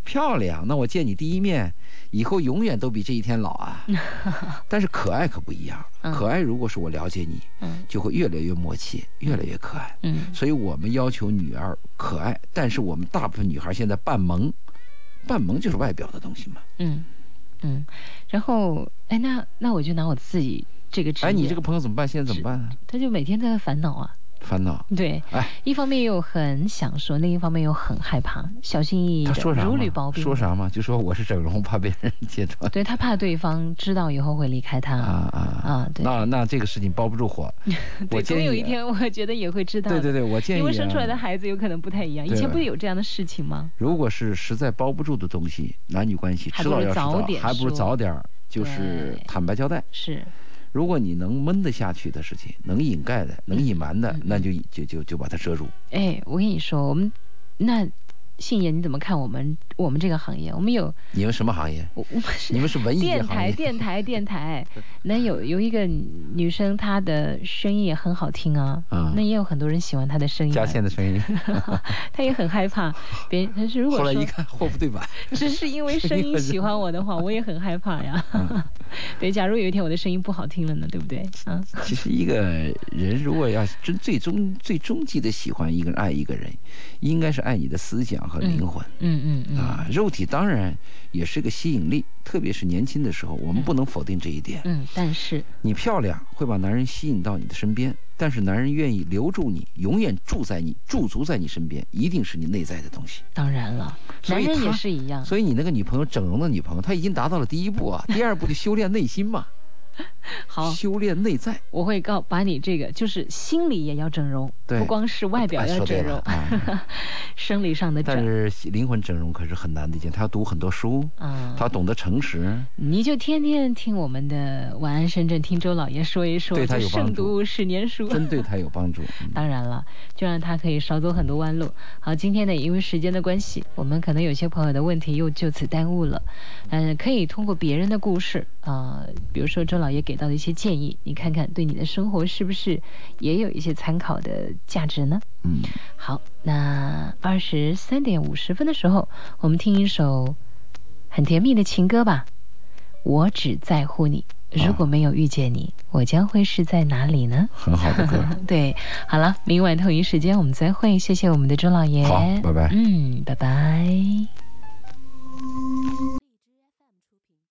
Speaker 1: 漂亮，那我见你第一面，以后永远都比这一天老 啊。但是可爱可不一样，
Speaker 2: 嗯
Speaker 1: 可爱如果是我了解你，
Speaker 2: 嗯
Speaker 1: 就会越来越默契，越来越可爱。
Speaker 2: 嗯
Speaker 1: 所以我们要求女儿可爱，但是我们大部分女孩现在扮萌，扮萌就是外表的东西嘛。
Speaker 2: 嗯嗯，然后哎，那那我就拿我自己这个职业，
Speaker 1: 哎，你这个朋友怎么办？现在怎么办啊？
Speaker 2: 他就每天在烦恼啊，
Speaker 1: 烦恼。
Speaker 2: 对，
Speaker 1: 哎，
Speaker 2: 一方面又很想说，另一方面又很害怕，小心翼翼
Speaker 1: 他
Speaker 2: 的，
Speaker 1: 说啥
Speaker 2: 如
Speaker 1: 嘛
Speaker 2: 履薄冰。
Speaker 1: 说？啥嘛？就说我是整容，怕别人揭穿。
Speaker 2: 对他怕对方知道以后会离开他
Speaker 1: 啊啊
Speaker 2: 啊对
Speaker 1: 那那这个事情包不住 火，我
Speaker 2: 对，总
Speaker 1: 建议啊
Speaker 2: 有一天我觉得也会知道的。
Speaker 1: 对对对我建议啊
Speaker 2: 因为生出来的孩子有可能不太一样。以
Speaker 1: 对啊
Speaker 2: 前不是有这样的事情吗？
Speaker 1: 如果是实在包不住的东西，男女关系
Speaker 2: 还
Speaker 1: 迟
Speaker 2: 不如
Speaker 1: 早要知
Speaker 2: 早
Speaker 1: 道
Speaker 2: 点，
Speaker 1: 还不如
Speaker 2: 说
Speaker 1: 早点儿就是
Speaker 2: 对
Speaker 1: 坦白交代。
Speaker 2: 是，
Speaker 1: 如果你能闷得下去的事情，能掩盖的、能隐瞒
Speaker 2: 嗯
Speaker 1: 的，那就就就就把它遮住。
Speaker 2: 哎，我跟你说，我们那信爷你怎么看我们我们这个行业？我们有
Speaker 1: 你们什么行业？
Speaker 2: 我我们是
Speaker 1: 你们是文艺界
Speaker 2: 电
Speaker 1: 行
Speaker 2: 台，
Speaker 1: 业？
Speaker 2: 电台，电台。那有有一个女生，她的声音也很好听啊，
Speaker 1: 嗯
Speaker 2: 那也有很多人喜欢她的声音、
Speaker 1: 佳倩
Speaker 2: 的，
Speaker 1: 的声音。
Speaker 2: 她也很害 怕别人。但是如果
Speaker 1: 后来
Speaker 2: 说
Speaker 1: 一看，货不对版。
Speaker 2: 只 是因为声音喜欢我的话，我也很害怕呀。
Speaker 1: 嗯
Speaker 2: 对，假如有一天我的声音不好听了呢，对不对？ 啊，
Speaker 1: 其实一个人如果要真最终最终极的喜欢一个人、爱一个人，应该是爱你的思想和灵魂。
Speaker 2: 嗯嗯嗯，
Speaker 1: 啊，肉体当然也是个吸引力，特别是年轻的时候，我们不能否定这一点。
Speaker 2: 嗯，但是
Speaker 1: 你漂亮会把男人吸引到你的身边，但是男人愿意留住你，永远住在你驻足在你身边，一定是你内在的东西。
Speaker 2: 当然了，
Speaker 1: 所
Speaker 2: 男
Speaker 1: 以
Speaker 2: 人
Speaker 1: 他
Speaker 2: 也是一样。
Speaker 1: 所以你那个女朋友整容的女朋友，她已经达到了第一步啊，
Speaker 2: 嗯
Speaker 1: 第二步就修炼内心嘛，
Speaker 2: 好，
Speaker 1: 修炼内在。
Speaker 2: 我会告把你这个，就是心理也要整容，
Speaker 1: 对
Speaker 2: 不光是外表
Speaker 1: 哎
Speaker 2: 要
Speaker 1: 说对
Speaker 2: 整容
Speaker 1: 了，啊
Speaker 2: 生理上的
Speaker 1: 但
Speaker 2: 整
Speaker 1: 是灵魂整容可是很难的一件，她要读很多书，
Speaker 2: 啊。
Speaker 1: 她懂得诚实，
Speaker 2: 你就天天听我们的《晚安深圳》，听周老爷说一说，
Speaker 1: 对他
Speaker 2: 这
Speaker 1: 有帮
Speaker 2: 胜
Speaker 1: 助
Speaker 2: 读十年书。
Speaker 1: 真对她有帮助。嗯
Speaker 2: 当然了，就让他可以少走很多弯路。好，今天呢，因为时间的关系，我们可能有些朋友的问题又就此耽误了。嗯、可以通过别人的故事啊、比如说周老爷给到的一些建议，你看看对你的生活是不是也有一些参考的价值呢？
Speaker 1: 嗯，
Speaker 2: 好，那二十三点五十分的时候，我们听一首很甜蜜的情歌吧。我只在乎你，如果没有遇见你，我将会是在哪里呢？
Speaker 1: 很好的歌。
Speaker 2: 对，好了，明晚同一时间我们再会，嗯谢谢我们的周老爷。
Speaker 1: 好拜拜
Speaker 2: 嗯，拜拜。